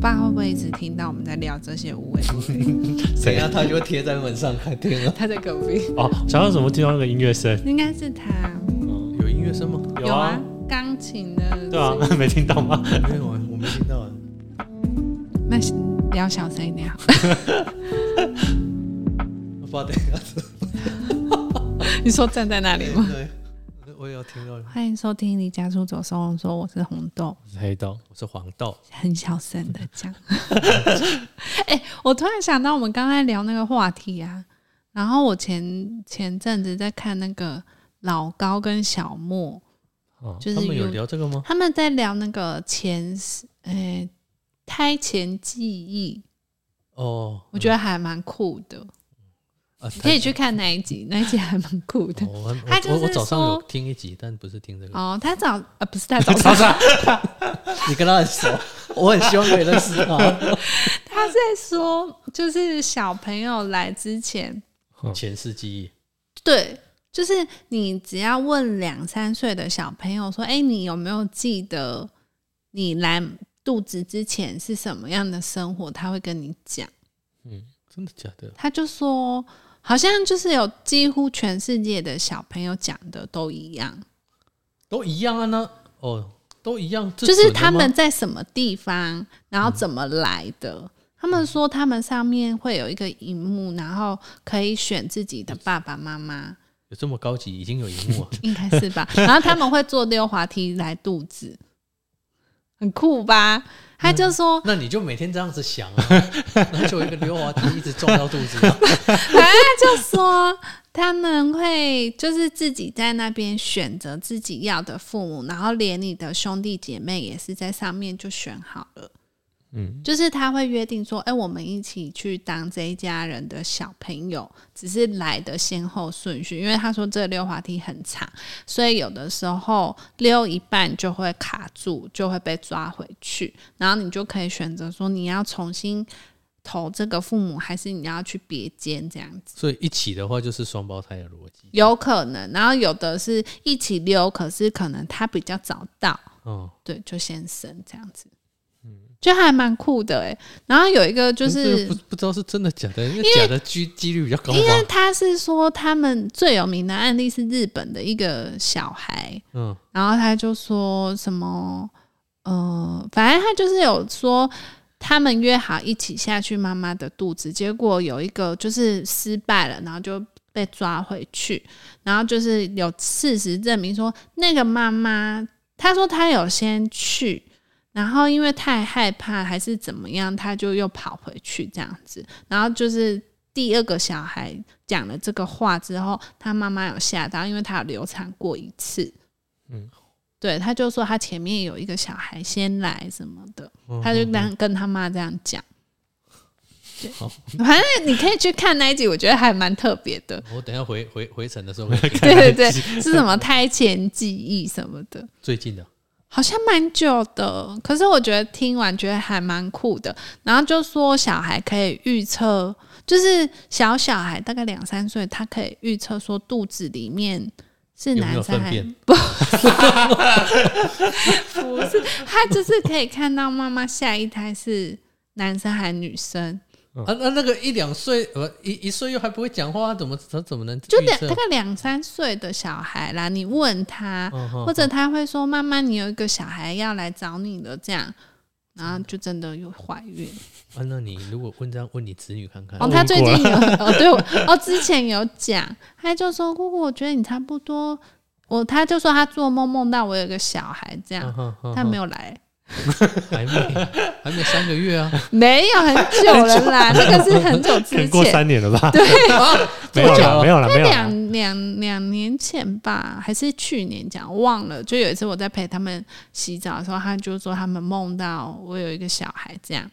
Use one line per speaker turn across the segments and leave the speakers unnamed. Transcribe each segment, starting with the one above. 爸会不会一直听到我们在聊这些无谓？
怎
谁
啊
样他就会贴在门上看天了。
他在隔壁，
哦，想到怎么听到那个音乐声？
应该是他。嗯
哦
有音乐声吗？
有啊，，钢琴的。
对啊，， 没听到吗？
没有啊，我没听到啊。
那聊小声一点好了。
我不知道等一下是
你说站在那里吗？
对， 我也要听到。
欢迎收听《离家出走收容所》，我是红豆，
黑洞，
我是黄豆，
很小声的讲。 哎、我突然想到，我们刚才聊那个话题啊，然后我前前阵子在看那个老高跟小莫，
哦，
就是
他们有
有
聊这个吗？
他们在聊那个前世，哎、胎前记忆，
哦，
我觉得还蛮酷的，
得
你可以去看那一集，那一集还蛮酷的。
啊哦
哦
我
他
还
就
我我
是
我早上有
说
听一集，但不是听这个。
哦，他早呃不是他早
早上
你跟他很熟， 我很希望可以认识他。
他在说，就是小朋友来之前，
嗯
前世记忆，
对，就是你只要问两三岁的小朋友说：“哎、你有没有记得你来肚子之前是什么样的生活？”他会跟你讲，
嗯，真的假的？
他就说，好像就是有几乎全世界的小朋友讲的都一样，
都一样啊？那哦，都一样，这
就是
准了
他
吗
们在什么地方，然后怎么来的。他们说，他们上面会有一个荧幕，然后可以选自己的爸爸妈妈，
有这么高级，已经有荧幕啊
应该是 吧。然后他们会坐溜滑梯来肚子，很酷吧？他就说，
那你就每天这样子想啊，然后就有一个溜滑梯一直撞到肚子 啊，
他就说他们会就是自己在那边选择自己要的父母，然后连你的兄弟姐妹也是在上面就选好了。
嗯，
就是他会约定说，哎、我们一起去当这一家人的小朋友，只是来的先后顺序。因为他说这溜滑梯很长，所以有的时候溜一半就会卡住，就会被抓回去，然后你就可以选择说你要重新投这个父母，还是你要去别间这样子。
所以一起的话就是双胞胎的逻辑。
有可能，然后有的是一起溜，可是可能他比较早到，
嗯，
哦
对，就先生这样子，就还蛮酷的哎、然后有一个就
这
是
个不不知道是真的假的，因为假的几几率比较高
因为
吧？
他是说他们最有名的案例是日本的一个小孩，
嗯，
然后他就说什么，呃，反正他就是有说他们约好一起下去妈妈的肚子，结果有一个就是失败了，然后就被抓回去，然后就是有事实证明说那个妈妈，她说她有先去。然后因为太害怕还是怎么样，她就又跑回去这样子。然后就是第二个小孩讲了这个话之后，他妈妈有吓到，因为她有流产过一次。对，他就说他前面有一个小孩先来什么的，他就跟跟他妈这样讲。对，
好
反正你可以去看那一集，我觉得还蛮特别的。
我等一下回回回程的时候会听
对对对，是什么胎前记忆什么的，
最近的
好像蛮久的。可是我觉得听完觉得还蛮酷的。然后就说小孩可以预测，就是小小孩大概两三岁，他可以预测说肚子里面是
有没
男
有
生
粪
还
便？
不是，他就是可以看到妈妈下一胎是男生还是女生，
啊，那那个一两岁呃一一岁又还不会讲话，怎么他怎么能
就
预
两
测
大概两三岁的小孩啦。你问他，
嗯哼
或者他会说：“妈妈，你有一个小孩要来找你了。”这样，然后就真的有怀孕。
啊，那你如果问这样问你子女看看，
哦，
问
他最
过
近有哦，对我哦，之前有讲，他就说：“姑姑，我觉得你差不多。”我他就说他做梦梦到我有个小孩这
嗯
嗯
样，他没有来。
还没还没三个 月啊，
没有很久了啦，那个是很久
可能
之
过
前，
三年了吧？ 没
这
有
么久
啦，
了
没有啦，没有啦。
两两两年前吧，还是去年讲忘了。就有一次我在陪他们洗澡的时候，他就说他们梦到我有一个小孩这样。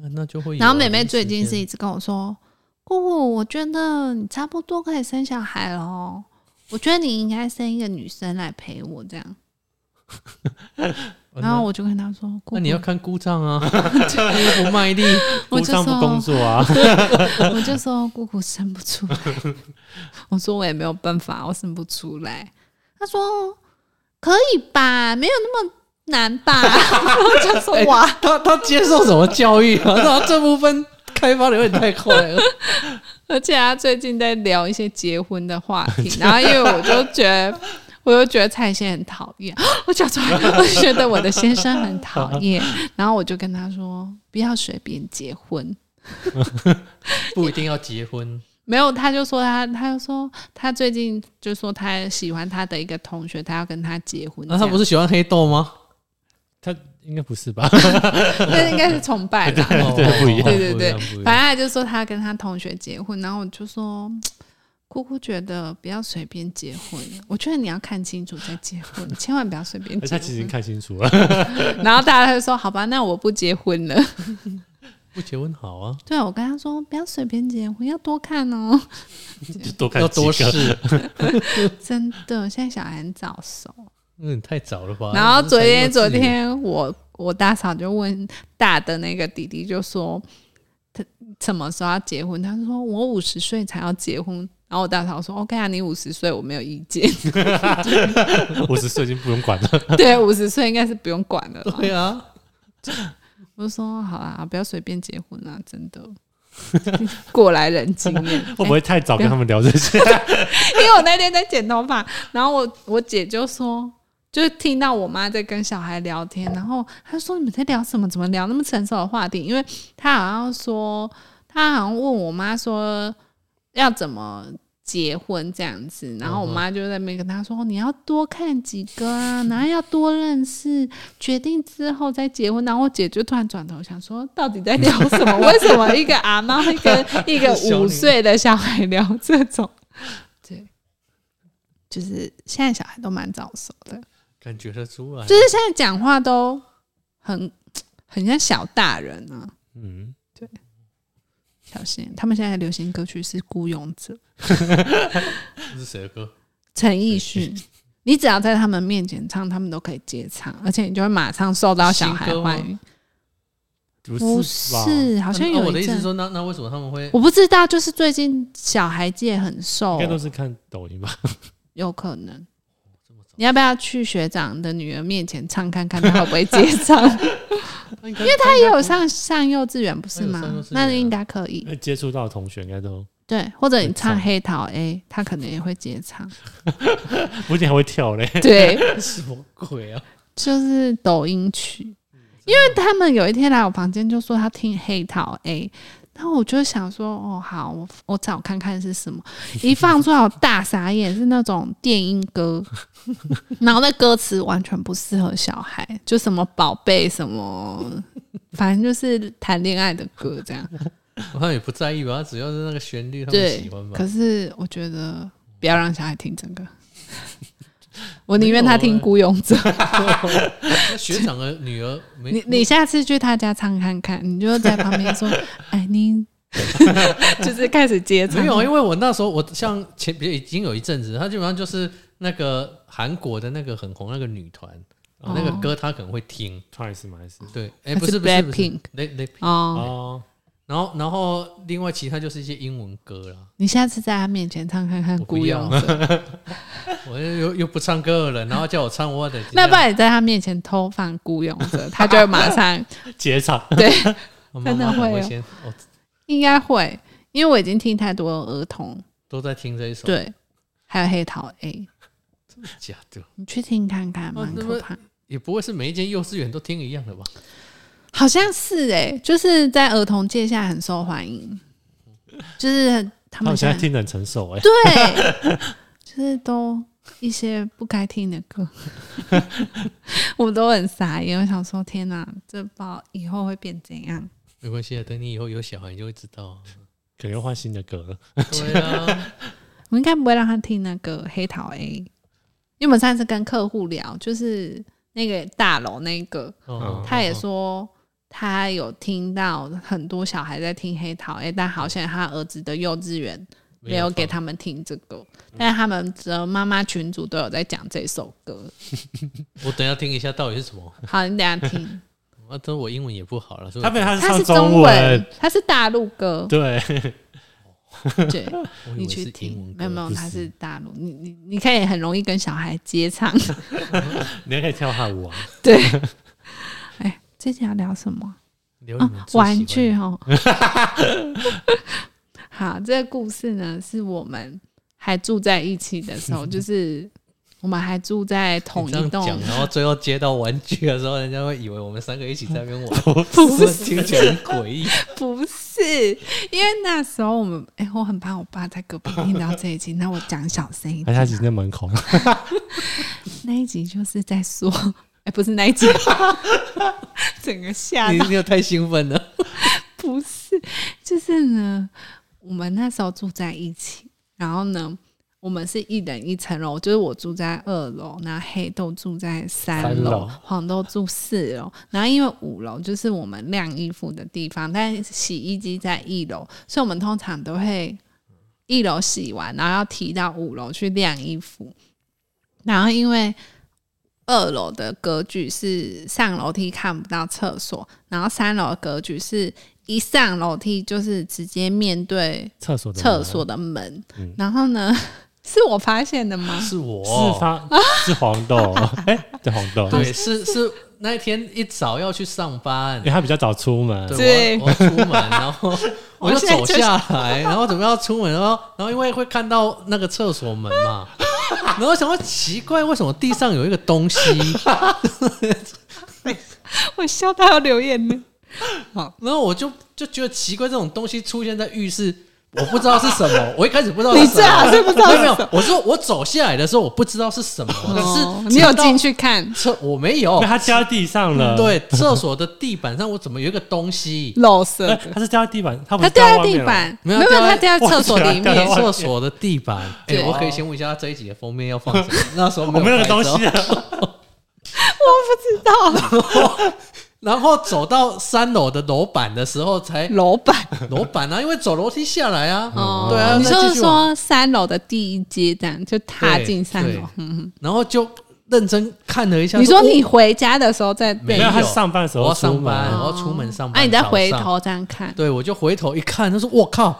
那那就会有啊。
然后妹妹最
那
近
时
是
间
一直跟我说：“姑姑，我觉得你差不多可以生小孩了哦，我觉得你应该生一个女生来陪我这样。”
哦
然后我就跟她说：“姑姑
那你要看故 障啊，姑姑不卖力，
我
工
就
商不工
说，
作啊，
我就说姑姑生不出来，我说我也没有办法，我生不出来。他说可以吧，没有那么难吧？就说哇，
他他接受什么教育 啊？他这部分开发的有点太快了。
而且他最近在聊一些结婚的话 题，然后因为我就觉得，我就觉得蔡先生很讨厌， 我讲出来，我觉得我的先生很讨厌， 然后我就跟他说，不要随便结婚。
不一定要 结婚，
没有，他就说他，他就说他最近就说他喜欢他的一个同学，他要跟他结婚。
啊
那、他不
是，
是喜欢黑豆吗？
他应该不是吧？
那应该是崇拜吧？
对不一样
对对对
哦不一样不一
反
样
正他就说他跟他同学结婚，然后我就说，姑姑觉得不要随便结婚，我觉得你要看清楚再结婚，千万不要随便结
哎他其实已经
婚。
看清楚啊了，
然后大家就说，好吧，那我不结婚了。
不结婚好啊，
对我跟他说，不要随便结婚，要多看哦，
就多看
要
几
多
个。
试。
真的，现在小孩很早熟。
嗯，太早
哦
了吧？
然后昨 天
这
昨
才幼稚园
天我我大嫂就问大的那个弟弟，就说他什么时候要结婚？他说我五十岁才要结婚。然后我大嫂说 OK 啊，你五十岁我没有意见，
五十岁已经不用管了，
对，五十岁应该是不用管了啦。
对啊，
我就说好啦，不要随便结婚啦，真的。过来人经验，
会不会太早跟他们聊这些？
因为我那天在剪头发，然后我我姐就说，就是听到我妈在跟小孩聊天，然后她说你们在聊什么？怎么聊那么成熟的话题？因为她好像说，她好像问我妈说要怎么。结婚这样子，然后我妈就在那边跟她说：“你要多看几个啊，然后要多认识，决定之后再结婚。”然后我姐就突然转头想说：“到底在聊什么？为什么一个阿妈会跟一个
小
五
女
岁的小孩聊这种？”对，就是现在小孩都蛮早熟的，
感觉得出来。
就是现在讲话都很很像小大人啊。
嗯，
小心，他们现在的流行歌曲是《孤勇者》，
这是谁的歌？
陈奕迅。你只要在他们面前唱，他们都可以接唱，而且你就会马上受到小孩
新歌吗
欢迎。
不
不
是吧？
是，好像
那那
有
呃我的
一
意思
阵
是，说，那那为什么他们会
我不知道，就是最近小孩界很
应
瘦
该，都是看抖音吧？
有可能。
这么早？
你要不要去学长的女儿面前唱看看，她会不会接唱？
因为
她也有上上幼稚园不是
她有上幼
吗
稚园？啊
那应该可以
因。为接触到的同学应该都
对，或者你唱
会
《
唱
黑桃 A》，她可能也会接唱。
不一定还会跳 嘞。
对，
什么鬼啊？
就是抖音曲，因为他们有一天来我房间就说他听黑桃 A，然后我就想说哦好，我我找看看是什么，一放出来我大傻眼，是那种电音歌，然后那歌词完全不适合小孩，就什么宝贝什么，反正就是谈恋爱的歌这样。
他们也不在意吧？只要是那个旋律，他们
对
喜欢，吧
可？是我觉得不要让小孩听这个。 我宁愿他听《孤勇者》
那 学长的女儿没
你你下次去他家唱看看，你就在旁边说哎， 你就是开始接唱
没，有，因为我那时候我像前别已经有一阵子，他基本上就是那个韩国的那个很红那个女团，
哦
那个歌他可能会听。
Twice 吗？还是
对，
还
哎、不
是
是不是不
Blackpink
是，那那
哦。
哦，
然后然后另外其他就是一些英文歌啦。
你下次在他面前唱看看《
我不
孤勇者》，
我又又又不唱歌的人，然后叫我唱我的，
那不然你在他面前偷放《孤勇 者》，他就会马上
结场
对，
我
真的
妈妈
会
很
哦
先，我
应该会，因为我已经听太多儿童，
都在听这一首，
对，还有黑桃 A，
假的，
你去听看看，蛮
那
可怕。
也不会是每一间幼稚园都听一样的吧？
好像是哎、就是在儿童界下很受欢迎，就是他
他
们
们现在
很
听得很成熟哎，
对， 就是都一些不该听的歌， 我都很傻眼。我想说，天哪，这不知道以后会变怎样？
没关系啊，等你以后有小孩，你就会知道 啊。
可能要换新的歌了。
对啊，
我应该不会让他听那个黑桃 A，因为我们上次跟客户聊，就是那个大楼那个，
哦
他也说。他有听到很多小孩在听黑桃 A，但好像他儿子的幼稚园没有给
放
他们听这个，
嗯
但是他们的妈妈群组都有在讲这首 歌。
我等一下听一下到底是什么。
好，你等一下听。
啊，但我英文也不好了，所以
他们他是
他
唱
是
中
中
文，
文，他是大陆歌，
对，
对，
我以
你
为
去
是英
听
文，
没有没有，
歌
他是大陆，你你你可以很容易跟小孩接唱。
你还可以跳他的舞啊，
对，哎，最近要聊什么
留你们
啊？
最喜欢
玩具 哦。好，这个故事呢，是我们还住在一起的时 候，就是我们还住在同
你这
一
样
栋
讲，啊然后最后接到玩具的时候，人家会以为我们三个一起在那边玩，
不
是听起来很诡 异。
不是，因为那时候我们，哎、我很怕我爸在隔壁听到这一集， 那我讲小声一
还
点。
是
哎
他只是在门口，
那一集就是在说，哎、不是那一集， 整个吓
你
到，
你有太兴奋了，
不是，就是呢，我们那时候住在一起，然后呢，我们是一人一层楼，就是我住在二楼，然后黑豆住在三
三
楼
楼，
黄豆住四楼，然后因为五楼就是我们晾衣服的地方，但洗衣机在一楼，所以我们通常都会一楼洗完，然后要提到五楼去晾衣服。然后因为二楼的格局是上楼梯看不到厕所，然后三楼的格局是一上楼梯就是直接面对
厕所的门
厕所的门。
嗯
然后呢， 是我发现的 吗？
是我
是发是黄豆，哎，对黄豆，
对，是是那一天一早要去上班
因为，他比较早出门，
对
对，我要我要出门，然后我就
现在
走
就是
下来，然后准备要出门，然后然后因为会看到那个厕所门 嘛，然后我想说奇怪，为什么地上有一个东西？
我笑到要流眼泪。
然后我就就觉得奇怪，这种东西出现在浴室，我不知道是什 么，我一开始不知道
你
是什么
最好是不知道是
没有没
什
有，我说我走下来的时候我不知道是什么，
哦
但是
你有
直到
进去看
厕我没有嗯
因为，他掉在地上了，
对，厕所的地板上我怎么有一个 东西？
漏色
哎，
的，
他是掉在地板，他不
它
是
掉
掉
在
外面
地
了，
板，
没有
有，
掉在
它掉在厕所里
掉在
面
外。
厕所的地板，哎、
对
我可以先问一下，他这一集的封面要放 什么？那时候
我没有那个
拍
东西
照。
啊，
知道
然后走到三楼的楼板的时候才
楼板
楼板啊，因为走楼梯下来啊，
哦，
对啊，
你
再
就
继
是
续往，
说三楼的第一阶这样就踏
对
进三楼
对，
嗯
然后就认真看了一下，
你说
哦
你回家的时候再
没
背
没有，
有
他是上班的时
我
候
要
出
上班，
门，
我要出门上班，
啊，你再回
早上
头这样看，
对，我就回头一看，他说：“我靠，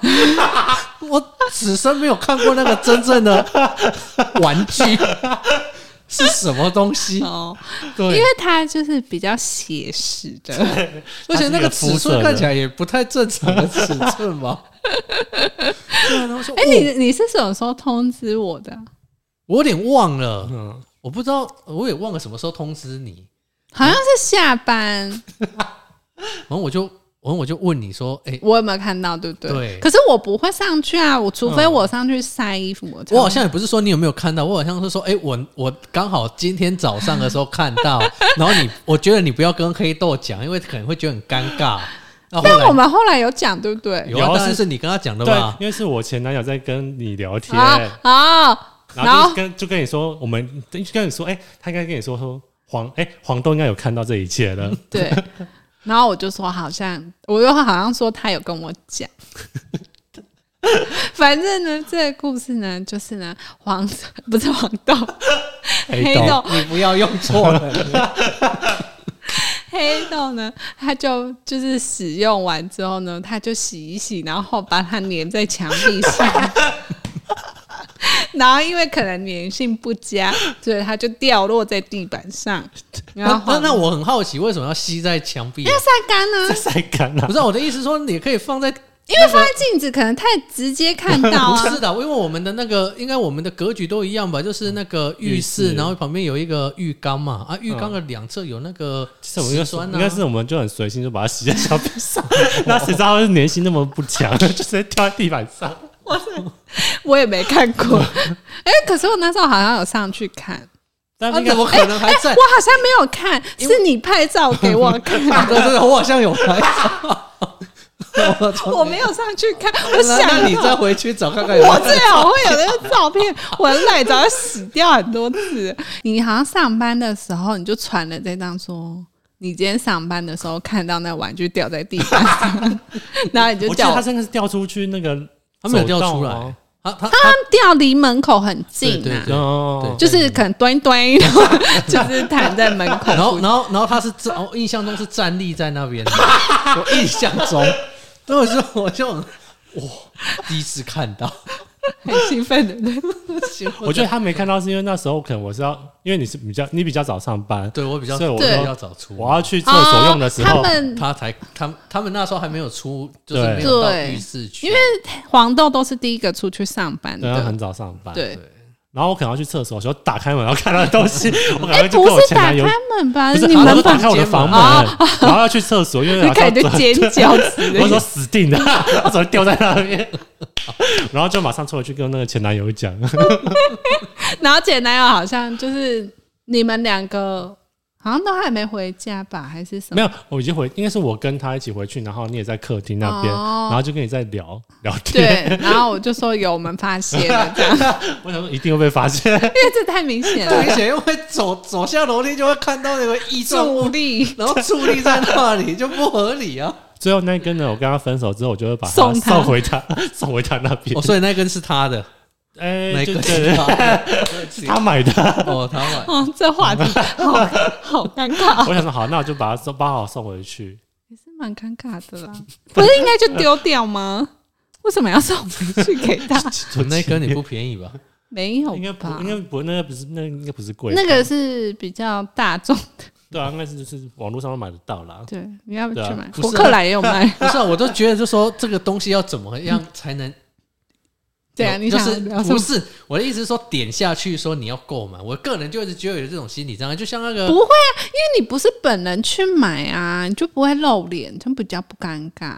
我此生没有看过那个真正 的玩具是什么东西。
哦，”因
对
为，它就是比较写实的，
而且那个尺
它是一个肤
寸
色的
看起来也不太正常的尺寸吧。对啊，然后说：“
哎、
哦
你你是什么时候通知我的？
我有点忘了，
嗯，
我不知道，我也忘了什么时候通知你。
好像是下班，
然后我就，然后我就问你说：‘哎、
我有没有看到？对不对？
对
可是我不会上去啊，我除非我上去晒衣服，我才
我好像也不是说你有没有看到，我好像是说，哎、我我刚好今天早上的时候看 到，然后你，我觉得你不要跟黑豆讲，因为可能会觉得很尴尬。那后
但我
来
们后来有讲，对不对？
有啊，
有啊
当然
是
是你跟他讲的
对
吧，？
因为是我前男友在跟你聊 天，
啊啊，
然后就跟就跟你说，我们就跟你说，哎，他应该跟你说说黄，哎，黄豆应该有看到这一切了，
对， 然后我就说好像，我又好像说他有跟我讲。 反正呢，这个故事呢，就是呢，黄不是黄豆， 黑
豆
豆
你不要用 错了。
黑豆呢，它就就是使用完之后呢，它就洗一洗，然后把它粘在墙壁上。 然后因为可能粘性不佳，所以它就掉落在地板上。然
那
后
那那我很好奇，为什么要吸在墙壁啊？
要晒干呢、
这晒干了
不。是啊我的意思，说你可以放在。
因为放在镜子可能太直接看到
不
啊。
是的，因为我们的那个，应该我们的格局都一样吧，就是那个浴
浴
室，
室
然后旁边有一个浴缸嘛，啊，浴缸的两侧有那个
其实我应该
瓷
是
砖
应
啊，
该是我们就很随性，就把它洗在小臂上。 那谁知道它是粘性那么不强， 就直接掉在地板上。
我也没看 过。哎、可是我那时候好像有上去看，哦哎
但
啊
应该
怎么可能还在？
我好像没有看，是你拍照给我 看，
对对对，我好像有拍照，从
我没有上去看。我
那
想
那你再
到，
回去找看看有没 有
我最好会有那个照片，我的赖早就洗掉很多次。你好像上班的时候你就传了这张说。你今天上班的时候看到那玩具掉在地板 上，然后你就
我记
叫
得
我
它真的是掉出去那个，啊
他没有掉出来，他他他
掉离门口很近
对对
啊，
对
哦，
就是可能端一端，然后就是躺在门口。
然后然后然后他是站哦， 印象中是站立在那边的，我印象中，所以我就我就很第一次看到，
很兴奋的，对吗？
我觉得他没看到是因为那时候可能我是要，因为你是比较你比较早上班，
对我比较
所以我
我
对
比较早出，
我要 去厕所用的时候，
哦他们
他才他们他们那时候还没有出，就是
对
没有到
对
浴室去，
因为黄豆都是第一个出去上班
对，要啊
的
很，早上班。
对。
然后我可能要去厕所的时候打开门，然后看到 东西，我赶
哎、
快就
不
跟我
是
前
打
男
开
友，
门吧？
不是
你
啊我
们
就打
把
开我的房门，哎然后要去厕所，因为
你
我
看 你就哦尖叫之类的，
我说死定了， 我怎么掉在那边？然后就马上冲回去跟那个前男友讲，
然后姐男友好像就是你们两个好像都还没回家吧，还是什么？
没有，我已经回，应该是我跟他一起回去，然后你也在客厅那边，
哦
然后就跟你在聊聊天。
对，然后我就说有，我们发现了啊 这样，
我想说 一定会被发现，
因为这太明显
对，
了，
而且又会走走下楼梯就会看到那个异状物
助，力
然后矗立在那里就不合理啊。
最后那一根呢，我跟他分手之后，我就会把它
送他
送回他， 送回他那边
哦，。所以那根是他的，
哎、
那
就
根
对
是
对，
他的，
他买的。
哦，他买。
哦，这话题好好尴尬，哦
我想说好，那我就把它送，把好送回去。
也是蛮尴尬的啦。不是应该就丢掉吗？为什么要送回去给他？
存那根也不便宜吧？
没有
应该不
哦吧，
应？该不，那个不是，那个应该不是贵的。
那个是比较大众的，
对啊，应该是就是网络上都买得到啦。
对，你要不去
对啊
买？
不是
博
啊
客来也有卖，
不是、啊，我都觉得就说这个东西要怎么样才能
对啊，你
就
想
是
聊什
不
么？
是我的意思是说点下去说你要购买，我个人就一直觉得有这种心理障碍，就像那个
不会啊，因为你不是本人去买啊，你就不会露脸，就比较不尴尬。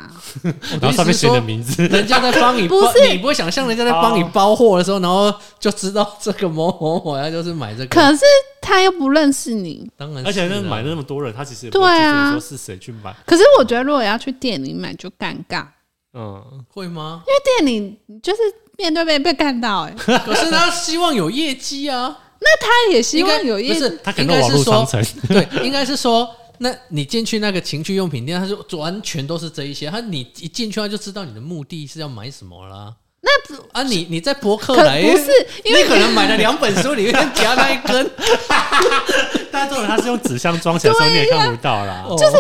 然后上面写你的名字，
人家在帮你包
不，是
你不会想象人家在帮你包货的时候，然后就知道这个某某某他就是买这个，
可是他又不认识你，
当然是啊、
而且那买那么多人，他其实也不
对啊
清楚说是谁去买。
可是我觉得如果要去店里买就尴尬，
嗯，
会吗？
因为店里你就是面对面被看到、 欸，哎，
可是他希望有业绩啊，
他也希望有
应该
业
不是
他可
应
能
该
网
是
络商
说
城，
对，应该是说，那你进去那个情趣用品店，他就完全都是这一些，他你一进去他就知道你的目的是要买什么啦。那啊，你你在博客
可
来，
不是因为
你可能买了两本书，里面夹那一根，
但重点 他是用纸箱装起来，所以你也看不到啦。
就是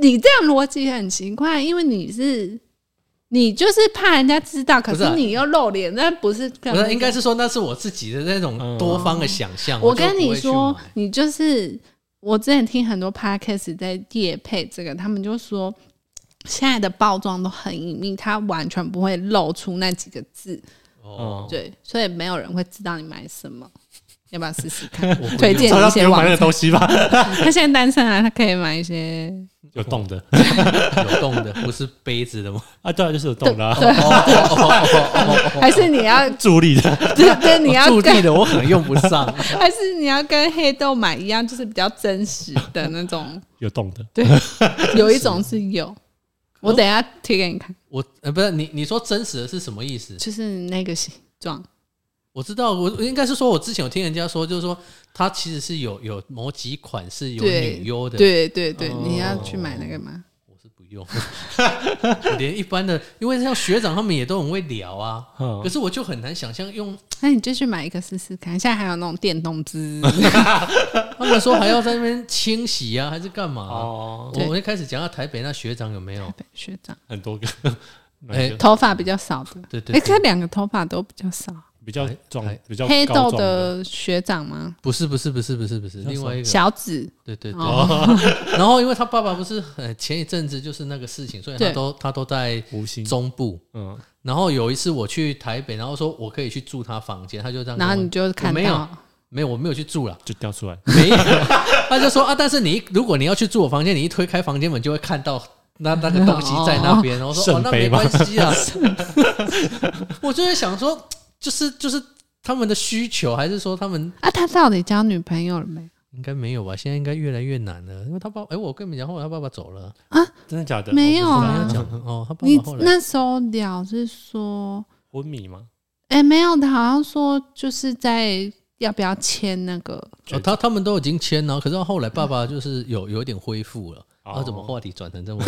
你这样逻辑很奇怪，因为你是你就是怕人家知道，可
不是
是
啊
你又露脸，那不是更
不是应该是说那是我自己的那种
嗯
多方的想象。
我
就
跟
不
你
会去
说
买，
你就是我之前听很多 podcast 在夜配这个，他们就说现在的包装都很隐秘，它完全不会露出那几个字，
嗯
哦，
对，所以没有人会知道你买什么。要不要试试看？
我
推荐
他
一
不
些
用买
网
那个东西吧？
他现在单身啊，他可以买一些。
有洞的
有动的，不是杯子的吗？
啊，对啊，就是有洞的啊，
哦哦哦哦哦
还是你 要，
助力的。
对对，你要
注
跟，
定的我可能用不上。
还是你要跟黑豆买一样，就是比较真实的那种。
有洞的，
对，有一种是有，我等一下贴给你看，
我呃不是你你说真实的是什么意思？
就是那个形状。
我知道，我我应该是说，我之前有听人家说，就是说它其实是有有某几款是有
对
女优的，
对对对，
哦
你要去买那个吗？
我是不用， 我连一般的，因为像学长他们也都很会聊啊，
嗯
可是我就很难想象用
那哎你就去买一个试试看。现在还有那种电动 滋，
他们说还要在那边清洗啊，还是干嘛、啊？
哦，
我们一开始讲到台北那学长有没有？
对学长
很多个，
哎
哪一个
头发比较少的，
对对
哎，
对
这两个头发都比较少。
比较壮
哎，
比较
黑
高
豆
壮的，
的学长吗？
不是不是不是不是不是，
那
另外一个，
小紫
对对对。
哦，
然后因为他爸爸不是很前一阵子就是那个事情，所以他
对
都他都在
无心，
中部。
嗯，
然后有一次我去台北，然后说我可以去住他房间，他就这样跟
然
我。
后你就看
嗯我没有
到，
没有，我没有去住了，
就掉出来。
没有。他就说啊，但是你一如果你要去住我房间，你一推开房间门就会看到那那个东西在那边。然后说哦，那
圣杯
没
吗
关系啊。 我就在想说，就是就是他们的需求，还是说他们
啊，他到底交女朋友了没？
应该没有吧？现在应该越来越难了，因为他爸，哎、我跟你们讲，后来他爸爸走了，
真的假的？
没有
我
啊
没有讲哦，他爸
你
爸后来
那时候聊是说，
昏迷吗？
哎，没有，他好像说就是在要不要签那个，
哦，他他们都已经签了，可是后来爸爸就是有有点恢复了。啊，怎么话题转成这么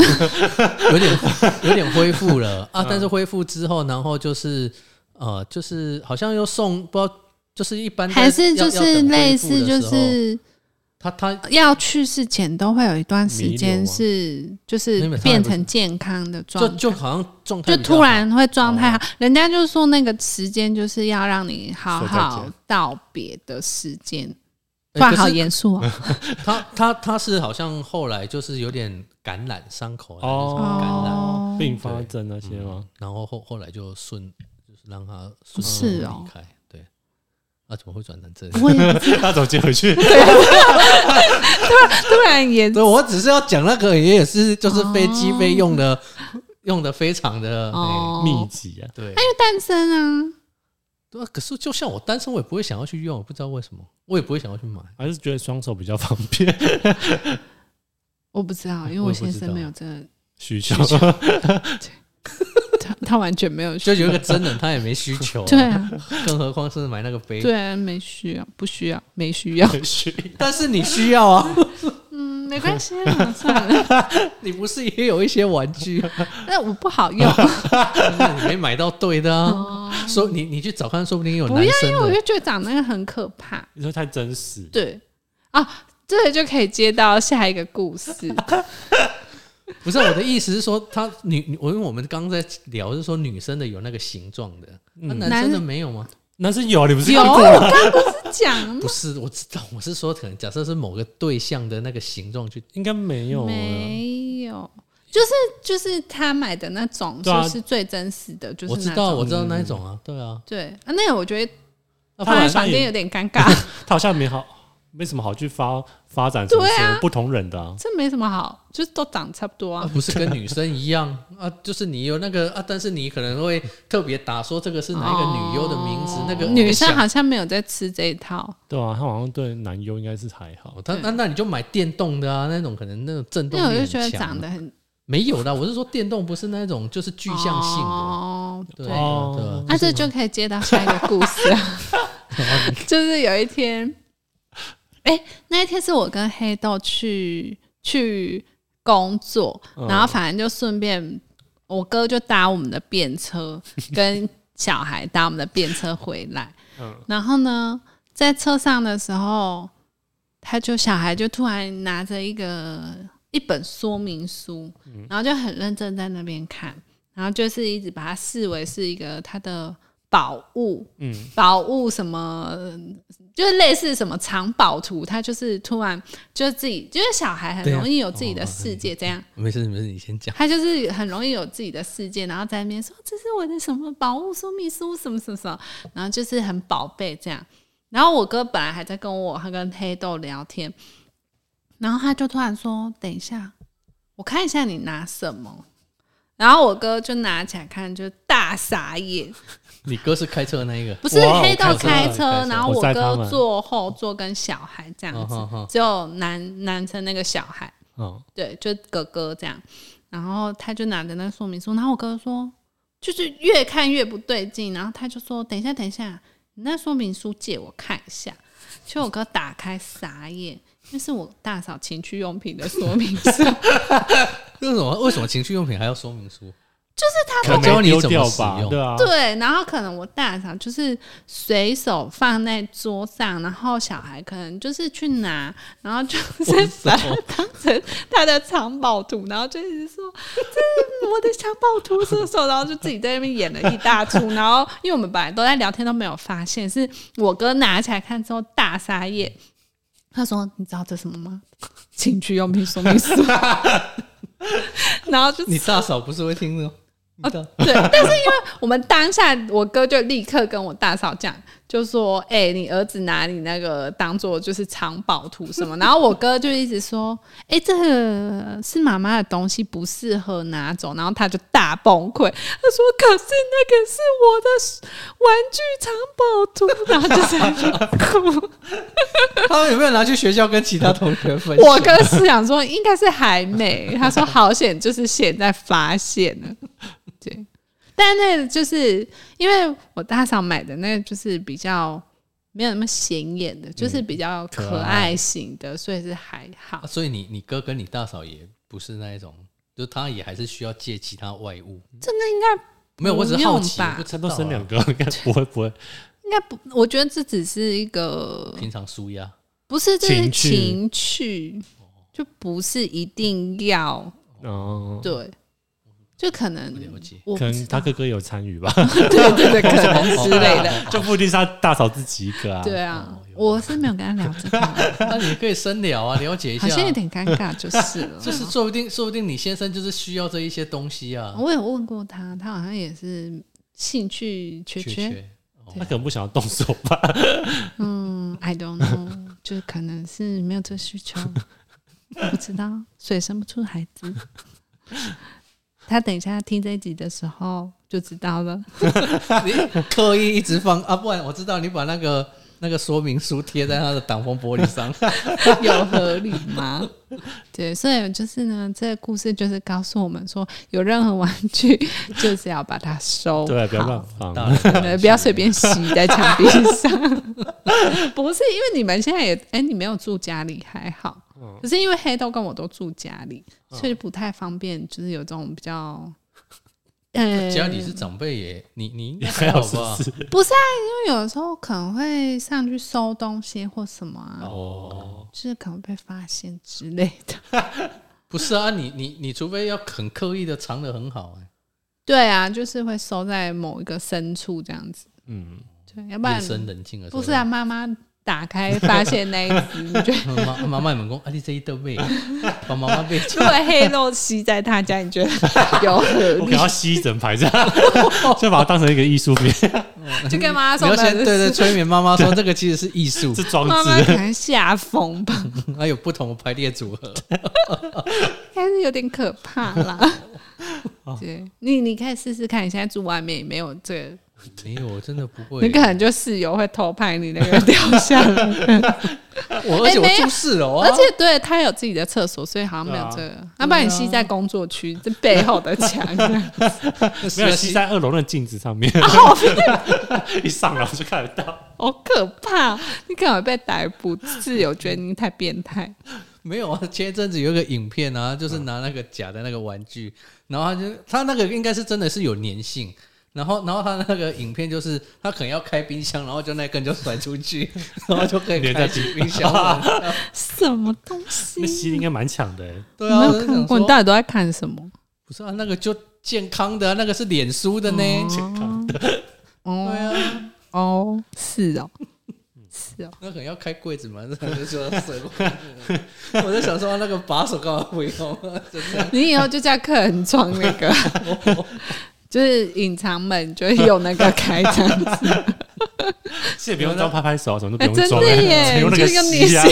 有点有点恢复了啊？但是恢复之后，然后就是呃，就是好像又送不知道，就是一般在
还是就
要要
是
等恢
类
复
似就
的时候
是
他他
要去世前都会有一段时
弥留
间
吗
是就
没
是
啊没他
变
还不是
成健康的状
就
态，
就好像状态
就
比较
突
好
然会状
啊
态好。人家就说那个时间就是要让你好
说再
好
见
道别的时间，
哎
突然
可
好
是
严肃哦。
他他他是好像后来就是有点感染伤口啊还是什么感染，
哦，
并发症那
嗯
些吗？
然后后后来就顺就是让他顺
是
利
哦
离开，对。啊，怎么会转成这样？
我也
他怎么接回去？
突然严
对，啊我只是要讲那个也是就是飞机费用的、用的非常的、
哦，
哦、
密集啊，
对。
诞生啊，
对啊，可是就像我单身，我也不会想要去用，我不知道为什么，我也不会想要去买。
还是觉得双手比较方便？
我不知道，因为
我也不
先
知道
生没有这个，
需 求
他他完全没有需
就有一个真人，他也没需求、
对，啊，
更何况是买那个杯。，
对啊，没需要，不需要，没需 要。
需
但是你需要 啊，
嗯，没关系啊，算了。
你不是也有一些玩具，
那我不好 用，
但是你没买到对的啊。说你你去找看，说不定有
哦不
男
要，
生
因为我
的。
就觉得长那个很可怕。
你说太真实，
对啊，这个就可以接到下一个故事。
啊不是啊我的意思是说，他女女我因为我们刚刚在聊是说女生的有那个形状的，
嗯
那、男生的没有吗？
那是有，你不是
有，
看
我刚
过？
刚不是 讲
不是，我知道，我是说可能假设是某个对象的那个形状去，
应该没有啊，
没有。就是就是他买的那种，
对啊
就是最真实的，就是
我知
那
道
种
我知道那一种啊，对啊，
对啊，那个我觉得
那
放
不
在
然
房
那
间
也
有点尴尬，
他好像没好，没什么好去发发展成
对啊
什么不同人的啊。
这没什么好，就是都长差不多
啊
啊。
不是跟女生一样啊，就是你有那个啊，但是你可能会特别打说这个是哪一个女优的名字，
哦
那个
女生
想
好像没有在吃这一套，
对啊，他好像对男优应该是还好，
哦，他那那你就买电动的啊，那种可能那种震动力
那我就
很
觉得
强，啊
长得很
没有啦，我是说电动不是那种就是具象性的，
哦，对。
对对
哦
啊
那、这就可以接到下一个故事 啊，就是有一天，哎、那一天是我跟黑豆去去工作，
嗯
然后反正就顺便我哥就搭我们的便车，跟小孩搭我们的便车回来。
嗯
然后呢，在车上的时候，他就小孩就突然拿着一个一本说明书，
嗯
然后就很认真在那边看，然后就是一直把它视为是一个他的宝物，
嗯，
宝物什么，就是类似什么藏宝图，他就是突然就自己，就是小孩很
对啊哦
容易有自己的世界，这样、
没事没事，你先讲。
他就是很容易有自己的世界，然后在那边说这是我的什么宝物说明书什么什么什么，然后就是很宝贝这样。然后我哥本来还在跟我他跟黑豆聊天，然后他就突然说：“等一下，我看一下你拿什么。”然后我哥就拿起来看，就大傻眼，
你哥是开车的那一个，
不是
哇
黑豆
我看
开
出
车
来了，
然后
我
我
载他
哥
们
坐后座跟小孩这样子，
哦哦哦
只有男男生那个小孩。
嗯
哦，
对，就哥哥这样。然后他就拿着那个说明书，然后我哥哥说，就是越看越不对劲，然后他就说：“等一下，等一下，你那说明书借我看一下。”结果我哥打开傻眼，那是我大嫂情趣用品的说明书，
为什么为什么情趣用品还要说明书？
可能
教你
丢
怎么
掉
使
吧，
用
对啊，
对，然后可能我大嫂就是随手放在桌上，然后小孩可能就是去拿，然后就是 把它当成他的藏宝图，然后就一直说这是我的藏宝图是什么，然后就自己在那边演了一大出，然后因为我们本来都在聊天都没有发现，是我哥拿起来看之后大撒眼，他说你知道这什么吗？情趣用品说明书， 然后就
你大嫂不是会听
啊
的哦，你大
对，但是因为我们当下，我哥就立刻跟我大嫂讲，就说：“哎、你儿子拿你那个当做就是藏宝图什么。”然后我哥就一直说：“哎、这个是妈妈的东西，不适合拿走。”然后他就大崩溃，他说：“可是那个是我的玩具藏宝图。”然后就在那边哭。
他们有没有拿去学校跟其他同学分享？
我哥是想说应该是还没，他说好险，就是现在发现了，对。但那个就是因为我大嫂买的那个就是比较没有那么显眼的，就是
嗯
比较可爱型的，所以是还好
啊。所以你你哥跟你大嫂也不是那一种，就他也还是需要借其他外物。
这个应该
没有，我只是好奇
不，用吧
不知
他
道
都
啊
生两个，应该不会不会，
应该不，我觉得这只是一个
平常输压，
不是这是
情趣
情趣，就不是一定要
哦，
对，就可能
不了解
我
可
不知
能他
道
哥哥有参与吧，
对对对，可 能之类的，
就不一定是他大嫂自己一个啊。
对啊
哦，有
我是没有跟他聊这个啊，
那你可以深聊啊，了解一下
好
啊。
像有点嗯尴尬，就是了。
就是说不定，说不定你先生就是需要这一些东西啊。
我有问过他，他好像也是兴趣缺
缺
缺，
缺，
他可能不想要动手吧？
嗯，I don't know，就是可能是没有这需求，不知道，所以生不出孩子。他等一下听这一集的时候就知道 了。
你刻意一直放啊，不然我知道你把那个那个说明书贴在他的挡风玻璃上。
有合理吗？对，所以就是呢，这个故事就是告诉我们说，有任何玩具 就是要把它收
对，啊不要
好
乱放。
大人
对不要随便吸在墙壁 上。不是因为你们现在也，哎、你没有住家里还好，
嗯
可是因为黑豆跟我都住家里，所以不太方便，就是有这种比 较。呃，
家里是长辈耶，你你应该
还
还
好
好
是
吧
不？是？
不是啊？因为有的时候可能会上去收东西或什么啊，
哦，
就是可能被发现之类的。
不是啊，你你你除非要很刻意的藏的很好哎，
对啊，就是会收在某一个深处这样子。
嗯，
对，要不然
夜深人静的时候。
不是啊，妈妈打开发现那一只，你觉得
妈妈妈妈们讲，啊，你这一豆 妹，把妈妈被
如果黑肉吸在他家，你觉得有合
我可
理
能？要吸一整排这样， 就把它当成一个艺术品，
就跟妈妈
你
说
要
的
先对对催眠妈妈说，这个其实是 艺术
是，装
妈妈
置。
可能吓疯吧，
它有不同的排列组合。
还是有点可怕 啦。
哦
对你，你可以试试看，你现在住外面也没有这个，
没有，我真的不会。
你可能就室友会偷拍你那个掉下来。
我，而 且我
哎没有
住四楼啊
而，且对他有自己的厕所，所以好像没有这个。要不然你吸在工作区这背后的 墙，
啊
没有吸在二楼那镜子上面，
哦
一上楼就看得 到。
好可怕！你可能会被逮捕，室友觉得你太变态。
没有啊。前一阵子有一个影片啊，就是拿那个假的那个玩具，然后他就他那个应该是真的是有粘性。然后，然后他那个影片就是他可能要开冰箱，然后就那根就甩出去， 然后就可以
粘
开
在
启冰箱门。
什么东西
那？吸应该蛮强的欸，
对
你没
啊，
有
我就想
看过，你
说
到底都在看什么？
不是啊，那个就健康的啊、那个是脸书的呢。 对
哦
啊，
哦，是 哦，是哦。
那可能要开柜子嘛，那就说水果。我在想说那个把手干嘛不用 啊？真的
你以后就叫客人装那个， 就是隐藏门，就会有那个开这样子。
现在不用装拍拍手啊，什么都
哎
不
真
用
的
装啊，
耶
只用那个
就用
吸啊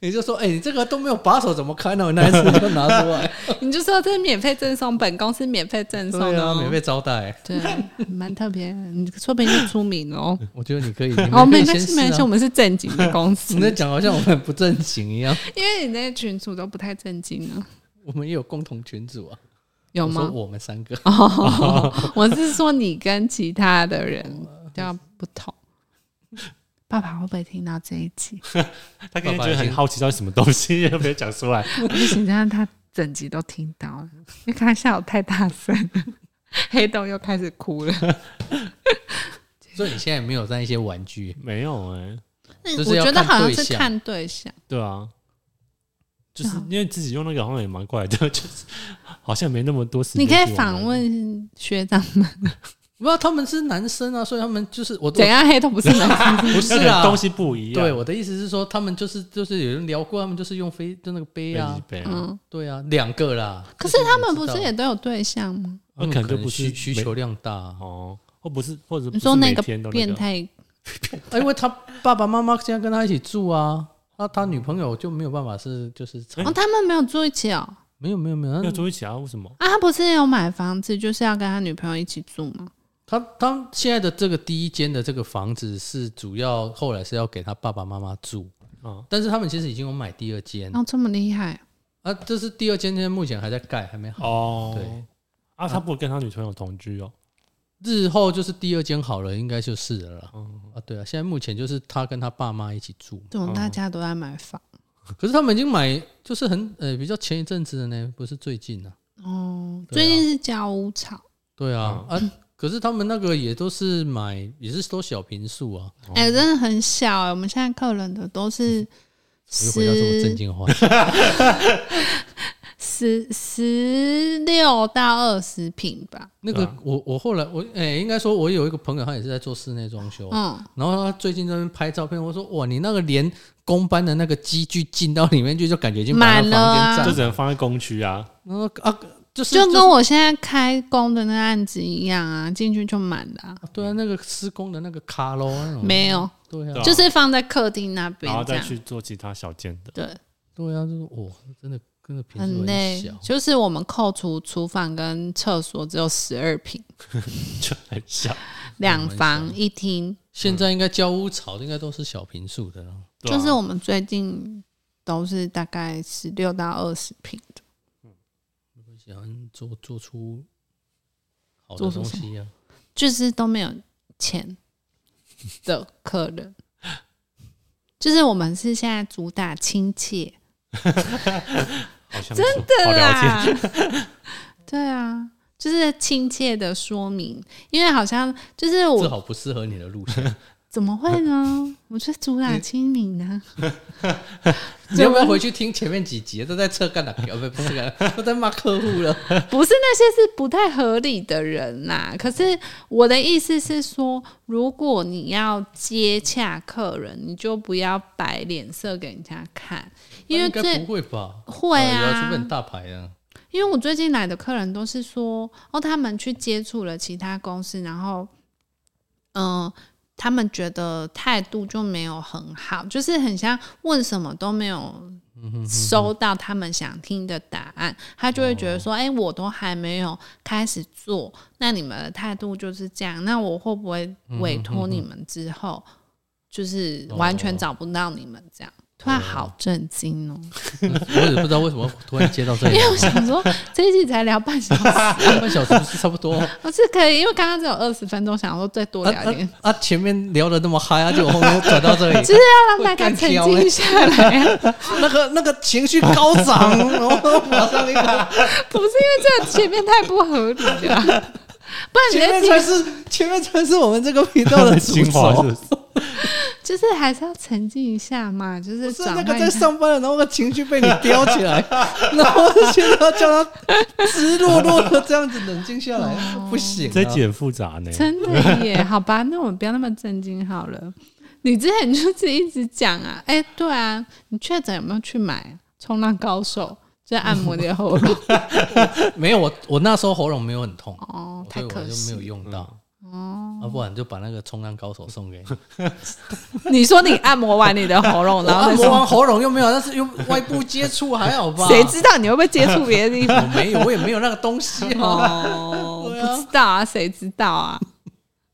你。
你就说，哎、你这个都没有把手怎么开呢？我那一次就拿出来，
你就说这是免费赠送，本公司免费赠送
对
的、
啊，
哦
免费招待。
对，啊蛮特别的。你说不定就出名了 哦。
我觉 得你可以，
哦，没
你可
关
以先
系，
试啊
没关系，我。们是正经的公司
你。在讲好像我们不正经一样，
因为你那些群主都不太正经呢，
我们也有共同群组啊。
有
我说
吗？
我们三个，
哦， 我是说你跟其他的人比较不同。爸爸会不会听到这一集？
他刚才觉得很好奇，到底什么东西又没有讲出 来。
不行，这样他整集都听到了。你看他笑得太大声了，黑豆又开始哭了。
所以你现在没有在一些玩 具，
没有哎、
就是要
我觉得
看
好像
对
是
象
看对象，
对啊，就是因为自己用那个好像也蛮怪的， 就是好像没那么多时间
你
去
可
玩。
以访问学长们，
不知道他们是男生啊，所以他们就是我
怎样黑豆不是男生？
不是
那
啊，
个东西不一样。
对，我的意思是说，他们就是就是有人聊过，他们就是用飞就那个杯啊，
对 啊，
嗯，
对啊，两个啦。
可是他们
这
不
个
是
我知道
也都有对象吗？
那
他
可能
们可
就
能
不是
需需求量大啊，
哦，或不是，或者不
你
是
说
每
个
天都那
变态
哎因为他爸爸妈妈现在跟他一起住啊，他他女朋友就没有办法是就是
哦，他们没有住一起哦。
没有没有没有
要，住一起啊？为什么？
啊，他不是有买房子，就是要跟他女朋友一起住吗？
他他现在的这个第一间的这个房子是主要后来是要给他爸爸妈妈住，
啊，
但是他们其实已经有买第二间
哦，这么厉害，
啊，这是第二间现在目前还在盖，还没好。
哦，
对，
啊，他不跟他女朋友同居哦，
日后就是第二间好了，应该就是了啦。
嗯，
啊，对啊，现在目前就是他跟他爸妈一起住嘛
怎么大家都在买房？
可是他们已经买，就是很呃比较前一阵子的呢，不是最近啊。
哦，
对
最
啊
近是交屋潮，
对啊，啊，可是他们那个也都是买，也是都小平数啊。
哎、真的很小哎、我们现在客人的都是
我又回到这嗯么
十
正经的话题，
十十六到二十平吧，
那
对
个
啊
我我后来我哎、应该说，我有一个朋友，他也是在做室内装修，
嗯，
然后他最近在那边拍照片，我说哇，你那个连工班的那个机具进到里面去，就感觉已经把
满
那
了啊
房间
就
占
只能放在工区啊。
然后啊，就是
就
就
跟我现在开工的那案子一样啊，进去就满了、啊，
是对啊，那个施工的那个卡喽，那种
没有，
对
对
啊
啊，
就是放在客厅那边
然后
这
再
样，
去做其他小件的。
对，
对啊，就是哇，真的真的平时
很
很
累
小，，
就是我们扣除厨房跟厕所只有十二平，
哦
就很小，
两房一厅，
现在应该交屋炒的应该都是小平数的了。
对啊
就是我们最近都是大概十六到二十平的，
想做做出好
做
的
出
东
什
西啊呀、
就是都没有钱的客人。 就是我们是现在主打亲切，
好像哦真的好聊天，
啊，对啊，就是亲切的说明，因为好像就是
啊，这
我
好不适合你的路线。
怎么会呢？我是主打亲民啊呢、
你要不要回去听前面几集？都在测干哪条？不不是干哪，都在骂客户了。
不是那些是不太合理的人啦。可是我的意思是说，如果你要接洽客人，你就不要摆脸色给人家看，因为
应该不
最
会吧？
会
哦除
啊
非，很大牌啊。
因为我最近来的客人都是说，哦，他们去接触了其他公司，然后，嗯、他们觉得态度就没有很好，就是很像问什么都没有收到他们想听的答案，他就会觉得说，哎、我都还没有开始做，那你们的态度就是这样，那我会不会委托你们之后，就是完全找不到你们这样？突然好震惊哦！
我也不知道为什么突然接到这里
因，为我想说，这一集才聊半小时，
半小时不是差不多？
我哦是可以，因为刚刚只有二十分钟，想说再多
啊
聊一
啊
点，
啊！前面聊的那么嗨，啊，就后面转到这里，
就是要呃让大家沉浸下来。啊
那个那个情绪高涨，然后马上那个
不是因为这前面太不合理了， 不然你
前
在
面才
听，
是前面才是我们这个频道的主
精华
轴
是。
就是还是要沉浸一下嘛，就是啊
不是
转
那
换
个
一
在
下
上班的，然后那个情绪被你叼起 来，然后现在要叫他直落落的这样子冷静下来，不行、啊。
这一集很复杂呢。
真的耶，好吧，那我们不要那么震惊好了。你之前就是 一直讲啊，哎、对啊，你确诊有没有去买冲浪高手？就按摩你的喉 咙
没有我，我那时候喉咙没有很痛，
哦，
所
太
以我
可
就没
惜
有。用到。啊
哦，
要、不然就把那个冲浪高手送给 你。
你说你按摩完你的喉 咙，
我
然后
按
再
摩
说
完喉咙又啊没有，但是又外部接触还好 吧？
谁知道你会不会接触别的地方？
我没有，我也没有那个东西啊。
哦，
对啊
不知道啊，谁知道 啊？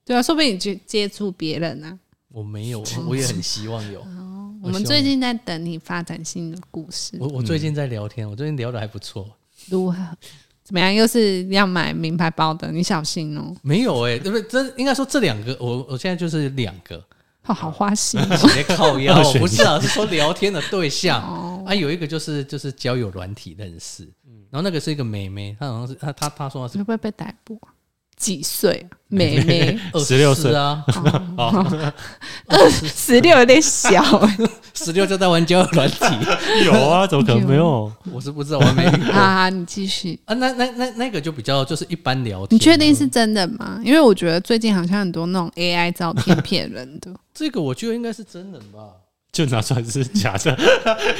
对啊，说不定你去接触别人啊。
我没有，我我也很希望有。
我们最近在等你发展新的故事
我，我最近在聊天，我最近聊的还不错。
如何怎么样？又是要买名牌包的，你小心哦！
没有 哎、对不对？这应该说这两个，我我现在就是两个，
哦，好花心哦。
直接靠 腰
二，选一
不是啊，是说聊天的对象
哦
啊，有一个就是就是交友软体认识，
嗯
然后那个是一个妹妹，她好像是她她她说她
你
是
会不会被逮捕啊？几岁啊？妹 妹，
二
16 岁
啊，
哦十六有点 小欸
十六就在玩交友 软体，
有啊，怎么可能没有？
我是不知道，我还没遇过啊。
啊！你继续，
那那那那个就比较就是一般聊天，
你确定是真的吗？因为我觉得最近好像很多那种 AI 照片骗人 的。
这个？我觉得应该是真人吧。
就拿出来是假的，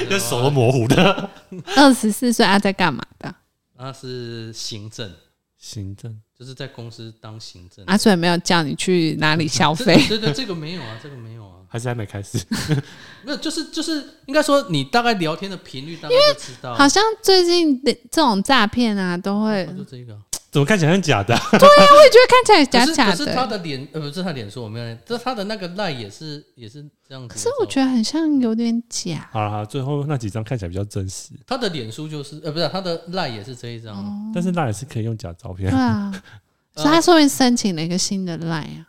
这手都模糊的。
二十四岁啊，在干嘛的？
那是行政，
行政
就是在公司当行政
阿水啊没有叫你去哪里消
这
费，
对对，这个没有啊，这个没有啊，
还是还没开始，
没有，就是就是应该说你大概聊天的频率大概就知道，
好像最近的这种诈骗啊，都会
哦就这个。
怎么看起来像假的啊？
我也觉得看起来
可
假
是
假
可是他
的，
的脸，呃，不是他脸说我没有脸，这他的那个赖也是也是这样子的照片。
可是我觉得很像有点 假。
好了，最后那几张看起来比较真实，
他的脸书就是，呃，不是他的赖也是这一张。
哦
但是那也是可以用假照
对
片。
啊，
嗯
所
呃
以他说明申请了一个新的 line 啊，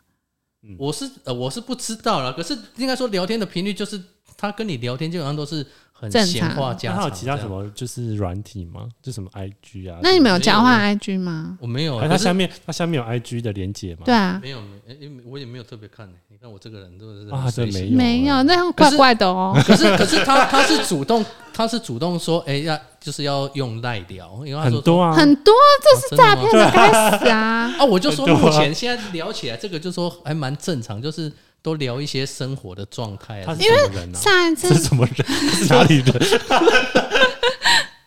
我是呃我是不知道啦，可是应该说聊天的频率就是他跟你聊天基本上都是很
正
闲话
常
家
那还
常。
有其他什？么就是软体吗？就什么 IG 啊？
那你们有
没有
交换 IG 吗？
我没有
还
啊，
有它
可
下
是
面它下面有 IG 的连接吗？
对啊，
没有没，诶我也没有特别看、你看我这个人真的是
啊
很随
真
性
没有
没有，那样
可
怪
是
怪的哦。
可是可是他他是主动，他是主动说，哎、要就是要用赖聊，因为他说
很多 啊，
很多
这是
诈骗的开始啊，
啊，我 就说
很多
目
啊
前现在聊起来，这个就说还蛮正常，就是都聊一些生活的状态、
他
啊
是。什么人 啊？
上一次
是什么人？是哪里人？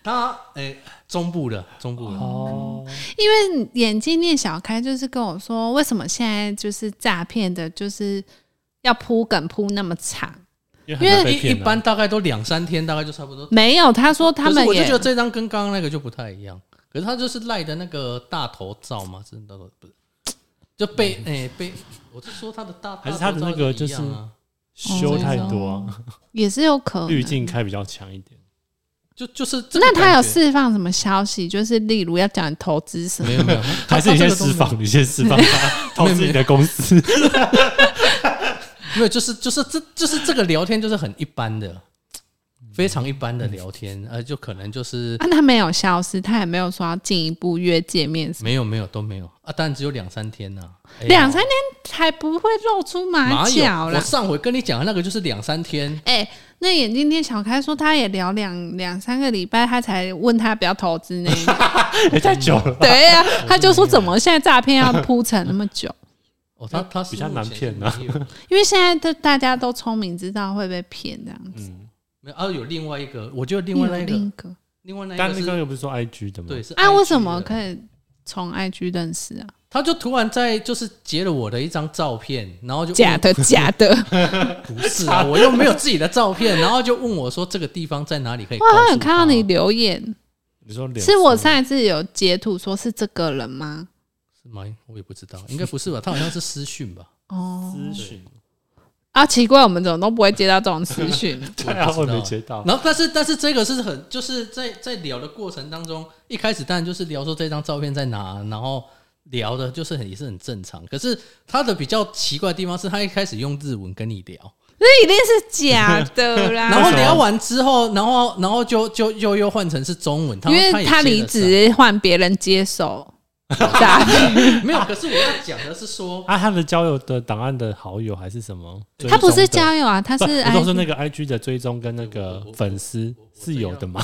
他哎、中部的中部的，
哦，
因为眼睛念小开，就是跟我说，为什么现在就是诈骗的，就是要铺梗铺那么长？
因
因为
很多被
一一
骗啊
般大概都两三天，大概就差不多。
没有，他说他们
可是我就
也
觉得这张跟刚刚那个就不太一样，可是他就是赖的那个大头照嘛，是大头不是就被哎、被，我是说他的大
嗯还是他的那个就是
大头照一样啊
修太多啊，
也是有可
滤
能。
镜开比较强一点。
就就是这个
那他有
感觉
释放什么消息？就是例如要讲你投资什么
没？有没有，
还是你先
他这个
释
都没有
放，你先释放他，投资你的公司。
没有，就是就是这就是这个聊天就是很一般的，非常一般的聊天，呃，就可能就是
啊，他没有消失，他也没有说要进一步约见面什么。
没有没有都没有啊，但只有两三天呐、哎呀
两三天才不会露出马
哪有
脚
我
啦。
上回跟你讲的那个就是两三天，
哎、那眼镜店小开说他也聊两两三个礼拜，他才问他不要投资 呢。
也太久了，
对呀、他就说怎么现在诈骗要铺陈那么久？
哦，他他是
哎比较难骗
啊
啊。
因为现在的大家都聪明，知道会被骗这样子。
没有啊，有另外一个，我觉得另外那一
另
个
一，个
另外那
但
一个
那
是
个又不是说 IG 的吗？
对，是
啊，为什
IG
么
的
可以从 IG 认识啊？
他就突然在就是截了我的一张照片，然后就问
假的，假的！
不是啊，我又没有自己的照片，然后就问我说这个地方在哪里可以告
我
诉他？
好像有看到你留言，
你说脸
是我上一次有截图说是这个人吗？
是吗？我也不知道，应该不 是吧？他好像是私讯吧？
哦，
咨询，
啊，奇怪，我们怎么都不会接到这种私 讯？
对啊，
我
我
也不知道
没接到。
然后，但是但是这个是很就是在在聊的过程当中，一开始当然就是聊说这张照片在哪，啊然后聊的就是很也是很正常。可是他的比较奇怪的地方是他一开始用日文跟你聊，
那一定是假的啦。
然后聊完之后，然后然后就就又又换成是中文，他
因为他
他也接
离
得上，
职换别人接 手，诈骗
没有。可是我要讲的是说，
啊，他的交友的档案的好友还是什么？
他不是
追踪的
交友啊，他是
不我都
IG
说那个 IG 的追踪跟那
我
个
我我
粉丝
我
是有的吗？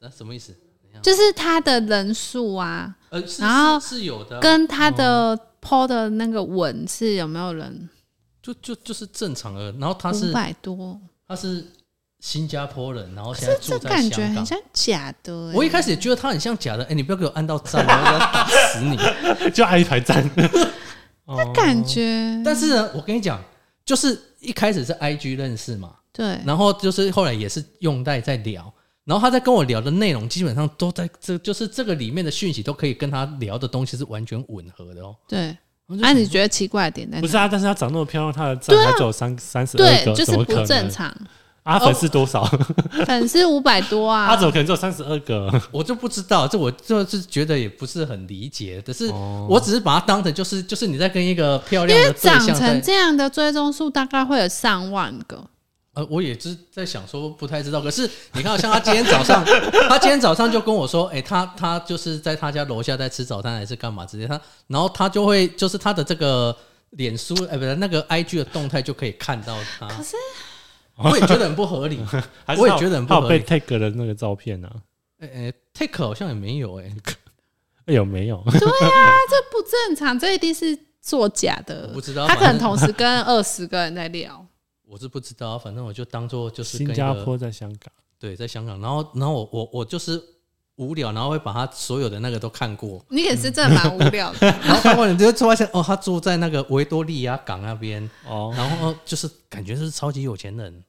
啊、什么意思？
哎就是他的人数啊，
呃，是
然后
是是有的啊、
跟他的 PO 的那个文是有没有人
就就就是正常的。然后他
五
是
百多？
他是新加坡人，然后现在住
这
在
感觉
香港
很。像假的欸、
我一开始也觉得他很像假的，哎、你不要给我按 到赞，我要打死你。
就按一排赞。那
感觉
但是呢，我跟你讲，就是一开始是 IG 认识嘛，
对，
然后就是后来也是用代在聊，然后他在跟我聊的内容基本上都在这，就是这个里面的讯息都可以跟他聊的东西是完全吻合的哦。
对。
我就
那、你觉得奇怪的点在
不
哪？
是啊，但是她长那么漂亮，她的赞还只有三三十二
啊对，
个，
就是
怎么可
不正
能？
常。哦
啊，粉丝多少？
粉丝五百多
她
啊
怎，么可能只有三十二 个？
我就不知道，这我就是觉得也不是很理解，只是
哦
我只是把它当成就是就是你在跟一个漂亮的对
长
象在
成这样的追踪数大概会有上万个。
呃，我也是在想说不太知道，可是你看，像他今天早上，他今天早上就跟我说，哎、他他就是在他家楼下在吃早餐还是干嘛之类，他然后他就会就是他的这个脸书，哎、不是那个 IG 的动态就可以看到他，
可是
我也觉得很不合理。
还是
我也
她有
觉得很不
她有
合
被
理
tag 的那个照片啊？
哎、哎 Take 好像也没有哎、
哎有没有？
这不正常，这一定是作假的。
我不知道
他可
反
能
正
同时跟二十个人在聊。
我是不知道，反正我就当做就是跟
新
一
加
个
坡在香港，
对，在香港，然后然后我我我就是无聊，然后会把他所有的那个都看过，
你也是真的蛮无聊的，
然后看过你就会发现哦，他住在那个维多利亚港那边。
哦，
然后就是感觉是超级有钱人，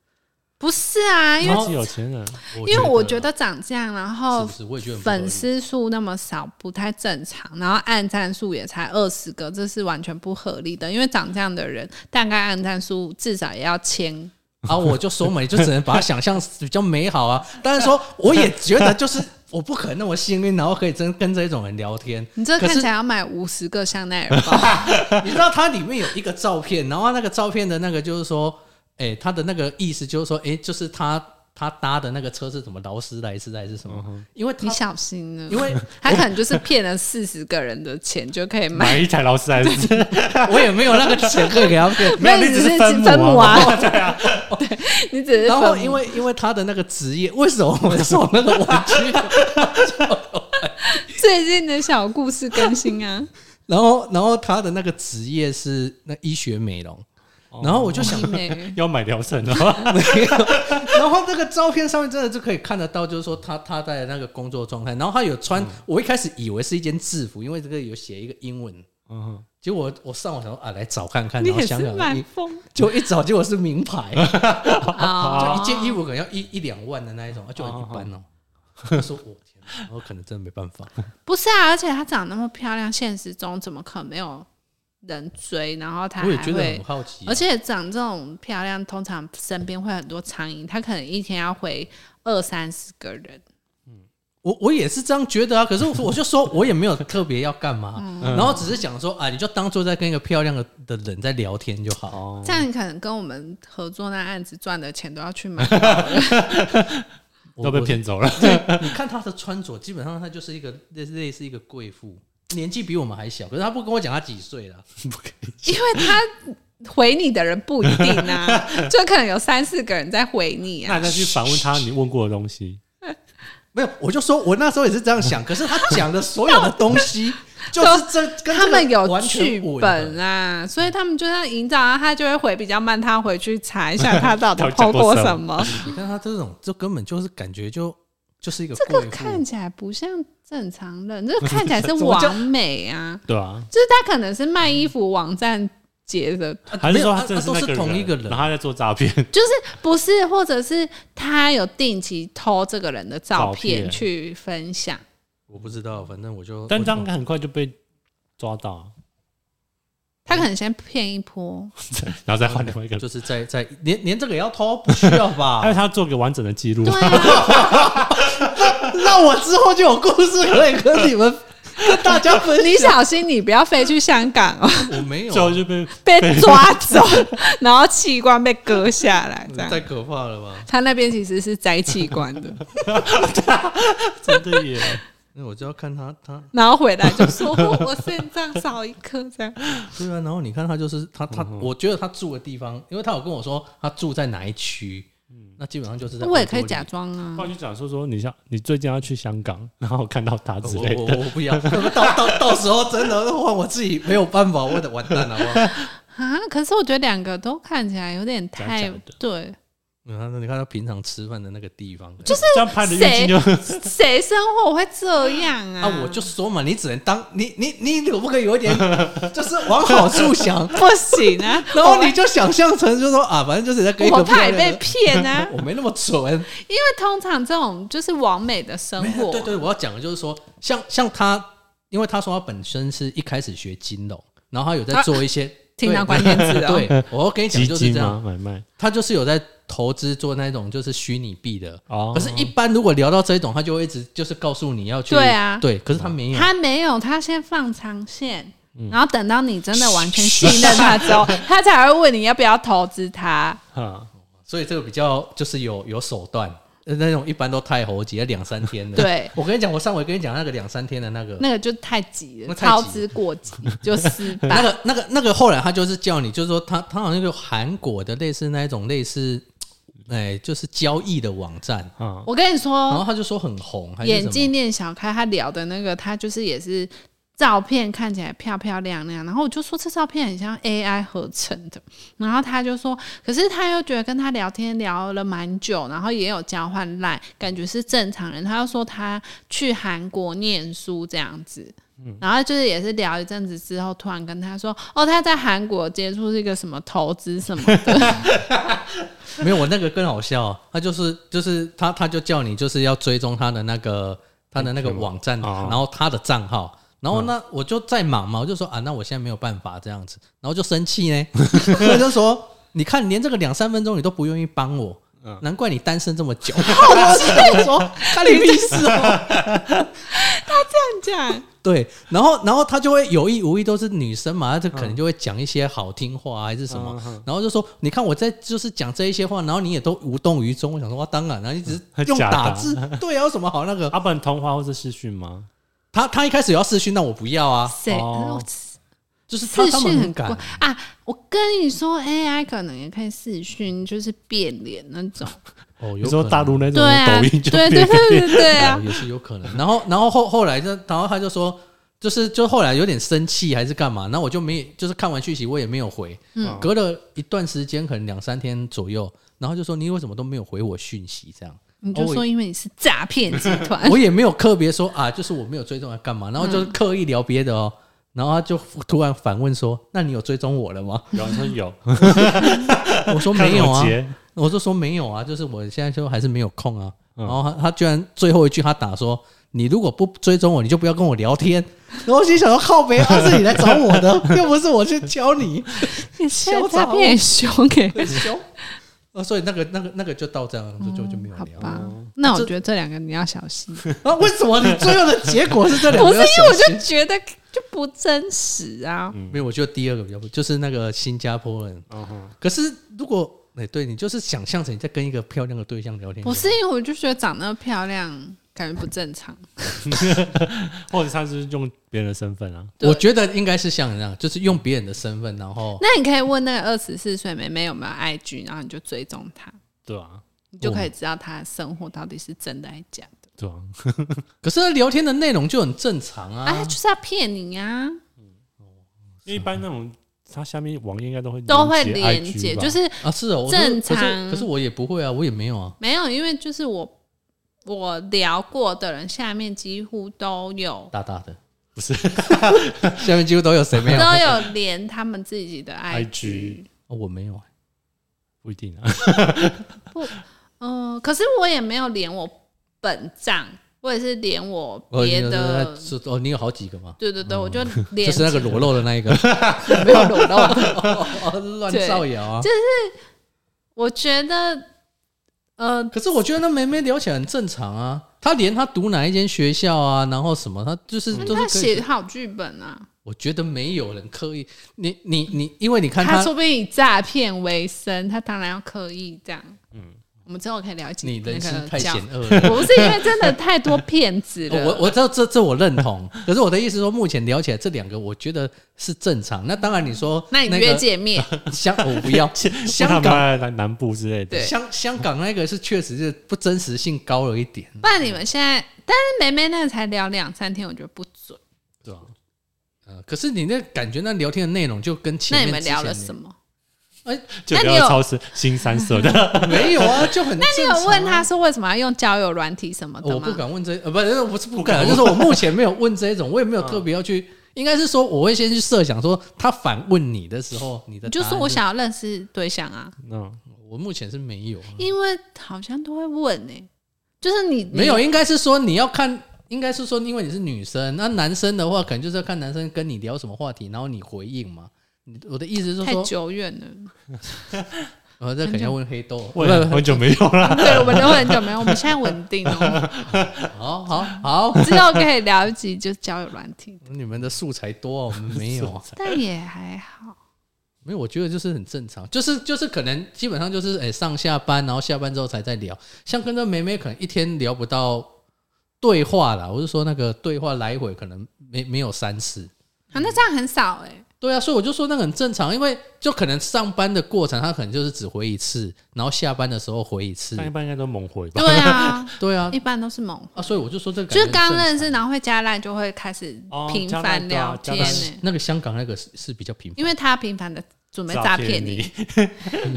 不是啊？因为
超级有钱人，
因为我觉
得
得长这样，然
是
后
不是？我也觉得很不合理
粉，丝数那么少不太正常，然后按赞数也才二十个，这是完全不合理的。因为长这样的人，大概按赞数至少也要千。
啊，我就说嘛，你就只能把它想象比较美好啊。但是说，我也觉得就是我不可能那么幸运，然后可以真跟这种人聊天。
你这
可
看
是
起来要买五十个香奈儿包，
你知道它里面有一个照片，然后那个照片的那个就是说，哎、哎、他的那个意思就是说，哎、就是他他搭的那个车是什么劳斯莱斯还是什
嗯
么？因为
你
他
小心了，
因为
他可能就是骗了四十个人的钱就可以买，
买一台劳斯莱斯，
我也没有那个钱可以给他变
没有
那
你
你
只
只
是分母啊
分母啊， 对啊，你只是
然后
分
因
母，
为因为他的那个职业，为什么我们送那个玩具？
最近的小故事更新 啊，
然后然后他的那个职业是那医学美容，然后我就想
医美
要买疗程哦。
没有。然后那个照片上面真的就可以看得到，就是说他他在那个工作状态。然后他有穿，我一开始以为是一件制服，因为这个有写一个英文。
嗯，
结果我我上网想说啊，来找看 看，
你
然后
也
想
是
想
蛮
一
疯
就一找，结果是名牌，
啊
就一件衣服可能要一一两万的那一种，啊就很一般哦。我说我天哪，我可能真的没办法。
不是啊，而且她长那么漂亮，现实中怎么可能没有人追？然后她
我也
还
觉得很
哎会，
好奇啊，
而且长这种漂亮，通常身边会很多苍蝇，她可能一天要回二三十个人。
我我也是这样觉得啊，可是我我就说我也没有特别要干嘛，
嗯
然后只是想说啊，你就当做在跟一个漂亮的的人在聊天就好。
哦，
这样你可能跟我们合作那案子赚的钱都要去 买，
我
都被骗走了。
我你看她的穿着，基本上她就是一个类似类似一个贵妇，年纪比我们还小，可是她不跟我讲她几岁了。
因为她回你的人不一定啊，就可能有三四个人在回你啊。
那再去反问他你问过的东西，
没有，我就说我那时候也是这样 想，可是她讲的所有的东 西，就是这跟
他们有剧
剧
本啊，所以他们就要营造，然后他就会回比较慢，他回去查一下他到底
到底
抛
讲过
过
什
什么。
你看她这种，就根本就是感觉就就是一个
这
贵
个
妇。
看起来不像正常人，这个看起来是
怎么叫
网美啊，
对啊，
就是他可能是卖衣服网站截的，
啊
还
没
是
有
说
啊
他真的
啊
是
都
那
是
人
同一个人
然后？他在做诈骗？
就是不是，或者是他有定期偷这个人的照
照
片
片
去分享。
我不知道，反正我就
但
我
这
就
样应该很快就被抓到 啊，
他可能先骗一波，
然后再换另外一个。
就是在在连连这个也要偷，不需要
还
哎
有
吧？
他做个完整的记录
对，啊，
那我之后就有故事可以跟 你们跟大家分
你。小心你不要飞去香港 哦，
我没 有
最后
啊，
就被
被抓走， 然后器官被割下来，这
太
样。
可怕了吧？
他那边其实是摘器官的，
真的耶，
那我就要看他他
然后回来就说我肾脏少一颗这 样。
对啊，然后你看他就是他他，我觉得他住的地方，因为他有跟我说他住在哪一区，那基本上就是在
我也可以
欧洲里
假装啊，
话就讲说说你像你最近要去香港，然后看到他之类
我
的，
我我不要， 到到到时候真的换我自己没有办法，我得完蛋了。好不 好
啊，可是我觉得两个都看起来有点太
假假的
对，
你看他你看他平常吃饭的那个地方，
就是
这样拍的越近就
谁生活会这样啊？
啊，我就说嘛，你只能当你你你可不可以有一点， 就是往好处
，
想
不行啊
，然后你就想象成就说啊，反正就是在跟一
我
个
我怕
漂
也
亮
被
的。，
骗啊
我没那么蠢，
因为通常这种就是完美的生
没有
活，
对对，我要讲的就是说，像像他，因为他说他本身是一开始学金融，然后他有在做一些，
啊听到
对
关键字哦，
对，我要跟你讲
基
就是
金
这
吗？
样，
买卖
他就是有在投资做那种就是虚拟币的，
哦
可是，一般如果聊到这一种，他就会一直就是告诉你要去，
对啊
对，可是他没有，
他没有，他先放长线。
嗯
然后等到你真的完全信任他之 后，他才会问你要不要投资他。
哈，
所以这个比较就是有有手段，呃那种一般都太猴急，两三天的。
对，
我跟你讲，我上回跟你讲那个两三天的那个，
那个就太急了，
呃那太急了
操之过急就 失败。
那个那个那个，后来他就是叫你，就是说他他好像就韩国的类似那一种类似，哎，就是交易的网站，
啊，
我跟你
然
说
后，他就说很红，还是什
眼
么
镜店小开他聊的那个，他就是也是照片看起来漂漂亮亮，然后我就说这照片很像 AI 合成的，然后他就说，可是他又觉得跟他聊天聊了蛮久，然后也有交换赖，感觉是正常人，他又说他去韩国念书这样子。
嗯
然后就是也是聊一阵子之后，突然跟他说：“哦，他在韩国接触这个什么投资什 么的。
没有，我那个更好笑，他就是就是他他就叫你就是要追踪他的那个他的那个网站，
哦
然后他的账号。然后
嗯
呢，我就在忙嘛，我就说啊，那我现在没有办法这 样子，然后就生气呢，我就说，你看连这个两三分钟你都不愿意帮我，
嗯
难怪你单身这么久。
我是在说，
他理意思 哦。
这样
对，然后然后他就会有意无意都是女生嘛，他就可能就会讲一些好听话啊还是什
嗯
么，然后就说你看我在就是讲这一些话，然后你也都无动于衷。我想说哇，当然啊了，你只是
嗯
用
假
打
打
字，对啊，有什么好那个？
阿本通话或是视讯吗？
他他一开始有要试训，但我不要啊，
谁？
哦
就是他
视
他
讯
们很
很怪
敢，
啊！我跟你说，AI 可能也可以视讯，就是变脸那 种。
哦，
有时候大陆
陆。
那种
对啊，对
抖音就
对对
变
对对啊
哦！也是有可能。然后，然后后后来就，然后他就说，就是就后来有点生气还是干嘛，然后我就没，就是看完讯息我也没有回，
嗯
隔了一段时间，可能两三天左右，然后就说你为什么都没有回我讯息这样。
你就
哦
说，因为你是诈骗集团
我，也没有特别说啊，就是我没有追踪他干嘛，然后
嗯
就是刻意聊别的哦。然后他就突然反问说：“那你有追踪我了吗
有人说有，？”
我 说：“
看
没啊有
我
啊。”
截
我就说没有啊，就是我现在就还是没有空啊。
嗯
然后他他居然最后一句他打说：“你如果不追踪我，你就不要跟我聊天。”然后我心想说：“靠北，啊，是你来找我的，又不是我去教你。
你现在诈骗很凶哎”。
很 凶。啊，所以那个那个那个就到这样，就就就没有
嗯好
聊。
吧，那我觉得这两个你要小 心。
啊，为什么你最后的结果是这两
不
个
是
要
因为
小
我
心？
就觉得就不真实啊，
没有，我觉得第二个比较不，就是那个新加坡人。
嗯哼
可是如果哎、对你就是想象成你在跟一个漂亮的对象聊天，
不是因为我就觉得长得漂亮感觉不正常，
或者他是用别人的身份啊，
对
我觉得应该是像那样，就是用别人的身份，然后
那你可以问那个二十四岁妹妹有没有 IG，然后你就追踪她，
对啊，
你就
哦
可以知道她的生活到底是真的还是假的。
对啊，
可是聊天的内容就很正常啊，
啊，她就是要骗你啊，
因为一般那种他下面网页应该都会
都会连
连
接，
接 IG 吧，
就是
啊是哦，我
正
可是可
常
是可是我也不会啊，我也没有啊，
没有，因为就是我我聊过的人下面几乎都有。
大大的不是， 下面几乎都有谁没
都
有？
有连他们自己的
IG
哦我没有啊，
不一定 啊，
嗯，可是我也没有连我本账，我也是连我
哦
别
你有
的，
是哦，你有好几个嘛，
对对对，我就连
就是那个裸露的那一个，
没有裸露的。
哦哦 乱
对
造谣啊。
我觉得，呃，
可是我觉得那梅梅聊起来很正常啊，她连她读哪一间学校啊，然后什么，她就是嗯都
他
是可以
写好剧本啊，
我觉得没有人刻意，你你你，因为你看
他
她
说不定以诈骗为生，他当然要刻意这样。嗯，我们之后可以了解
你
那
人
个
心太
教
险。恶了。
我不是因为真的太多骗子
哦
了，
我我知道这这我认同，可是我的意思说，目前聊起来这两个，我觉得是正常。那当然你说，
那你约见 面，
个香，我不 要
像他
香
们
港。
在南南部之类的，
对
香香港那个是确实是不真实性高了一点，
不然你们现在，但是梅梅那个才聊两三天，我觉得不准。
对啊，
呃，可是你那感觉那聊天的内容就跟前
那
面
你们聊了
么？
什么？
就
那
不
你有
要超市新三 色的，
没有啊，就很那
那你有问他说为什么要用交友软体什么的吗？
我不敢问这，呃，不是不是不敢，嗯就是我目前没有问这种，我也没有特别要去，应该是说我会先去设想说他反问你的时候，你的
你就
答案
说我
是，
想要认识对象啊，
嗯，
我目前是没有啊，
因为好像都会问呢、就是你
没有，，应该是说你要看，应该是说因为你是女生，那男生的话可能就是要看男生跟你聊什么话题，然后你回应嘛。你我的意思
你
是
太
说，
久远了。
呃，这肯定要问黑豆，
我也很久没有了，
对，我们都很久没有，我们现在稳定哦。
好好好，
之后可以聊一集就是交友软体，
你们的素材多，我们没 有啊，
但也还好。
没有，我觉得就是很正常，就是就是可能基本上就是哎、上下班，然后下班之后才在聊，像跟这梅梅可能一天聊不到对话啦，我是说那个对话来回可能没没有三次，
啊，那这样很少哎、
对啊，所以我就说那个很正常，因为就可能上班的过程，他可能就是只回一次，然后下班的时候回一次
但。一般应该都猛回吧，
对啊，
对啊，
一般都是猛，
啊，所以我就说这个感
就
觉
是刚
很正啊
认识，然后会加赖，就会开始
哦
频
加
繁
LINE 对啊
聊
加
天
LINE
呢、
常那个香港那个是是比较频
因为他频繁的准备诈
诈
骗你。
你，，
繁，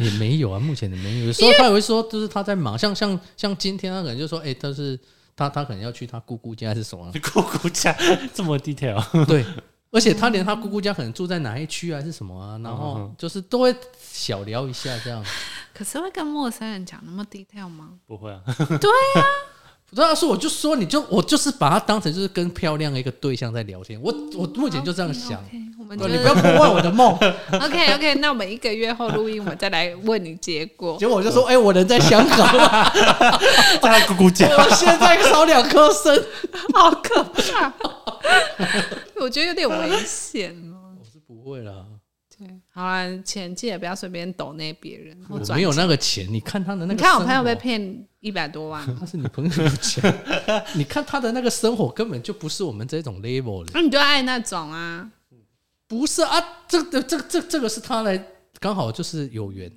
也没有啊，目前也没有。有时候他也会说，就是他在忙，像像像今天他可能就说，哎、他是他他可能要去他姑姑家还是什么
姑姑家这么 detail，
对。而且他连他姑姑家可能住在哪一区啊，还是什么啊，然后就是都会小聊一下这样。
可是会跟陌生人讲那么 detail 吗？
不会啊，
不知道说，我就说你就我就是把它当成就是跟漂亮的一个对象在聊天，我我目前就这样想。
嗯 OK，我们
对
就
你
是
不要破坏我的梦。
OK OK，那我们一个月后录音，我们再来问你结果。
结果我就说，哎、我人在香港，
再来咕咕叫，
我现在少两颗肾。
好可怕！ 我觉得有点危险哦。
我是不会啦，
对，好啦，钱记得不要随便抖那别人。
我
转
没有那个钱。你看他的那个，
你看我朋友被，骗一百多万，
他是你朋友有钱。 你看他的那个生活根本就不是我们这种 level 的，
那你就爱那种啊。
不是啊？这个这个这个这个是他来，刚好就是有缘。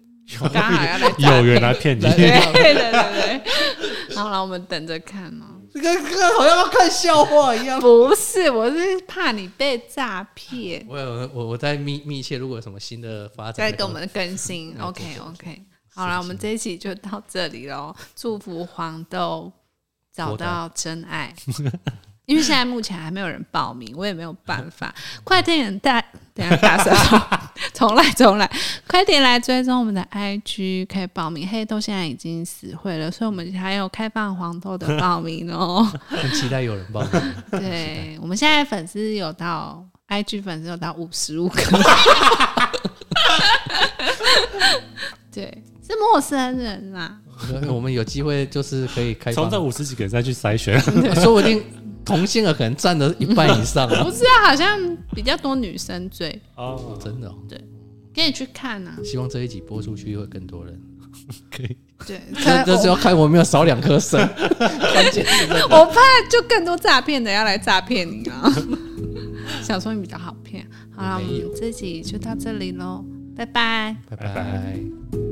刚好要来
有人来骗你，
来
对对对对，好了，我们等着看哦。
这个这个好像要看笑话一样。
不是，我是怕你被诈骗，
我有我我在密密切，如果有什么新的发
再
展，
跟我们更新。OK OK，好了，我们这一期就到这里喽。祝福黄豆找到真爱，因为现在目前还没有人报名，我也没有办法。快点大，等一下大舌头， 重来重来，快点来追踪我们的 IG，可以报名。黑豆现在已经死会了，所以我们还有开放黄豆的报名哦。
很期待有人帮忙。
对，我们现在粉丝有到 IG 粉丝有到五十五个， 对，是陌生人啦。
我们有机会就是可以 开
从
放
这，五十几个人再去筛选，
说不定同性的可能占了一半以上
不
了。
是啊，好像比较多女生追，
哦，
真的哦、
可以去看啊。
希望这一集播出去会更多人。
可以，
对，
这这是要看我没有少两颗肾。
我怕就更多诈骗的要来诈骗你啊。 想说你比较好骗。好啦，我
没有
们这集就到这里喽，拜拜。
拜
拜拜
拜。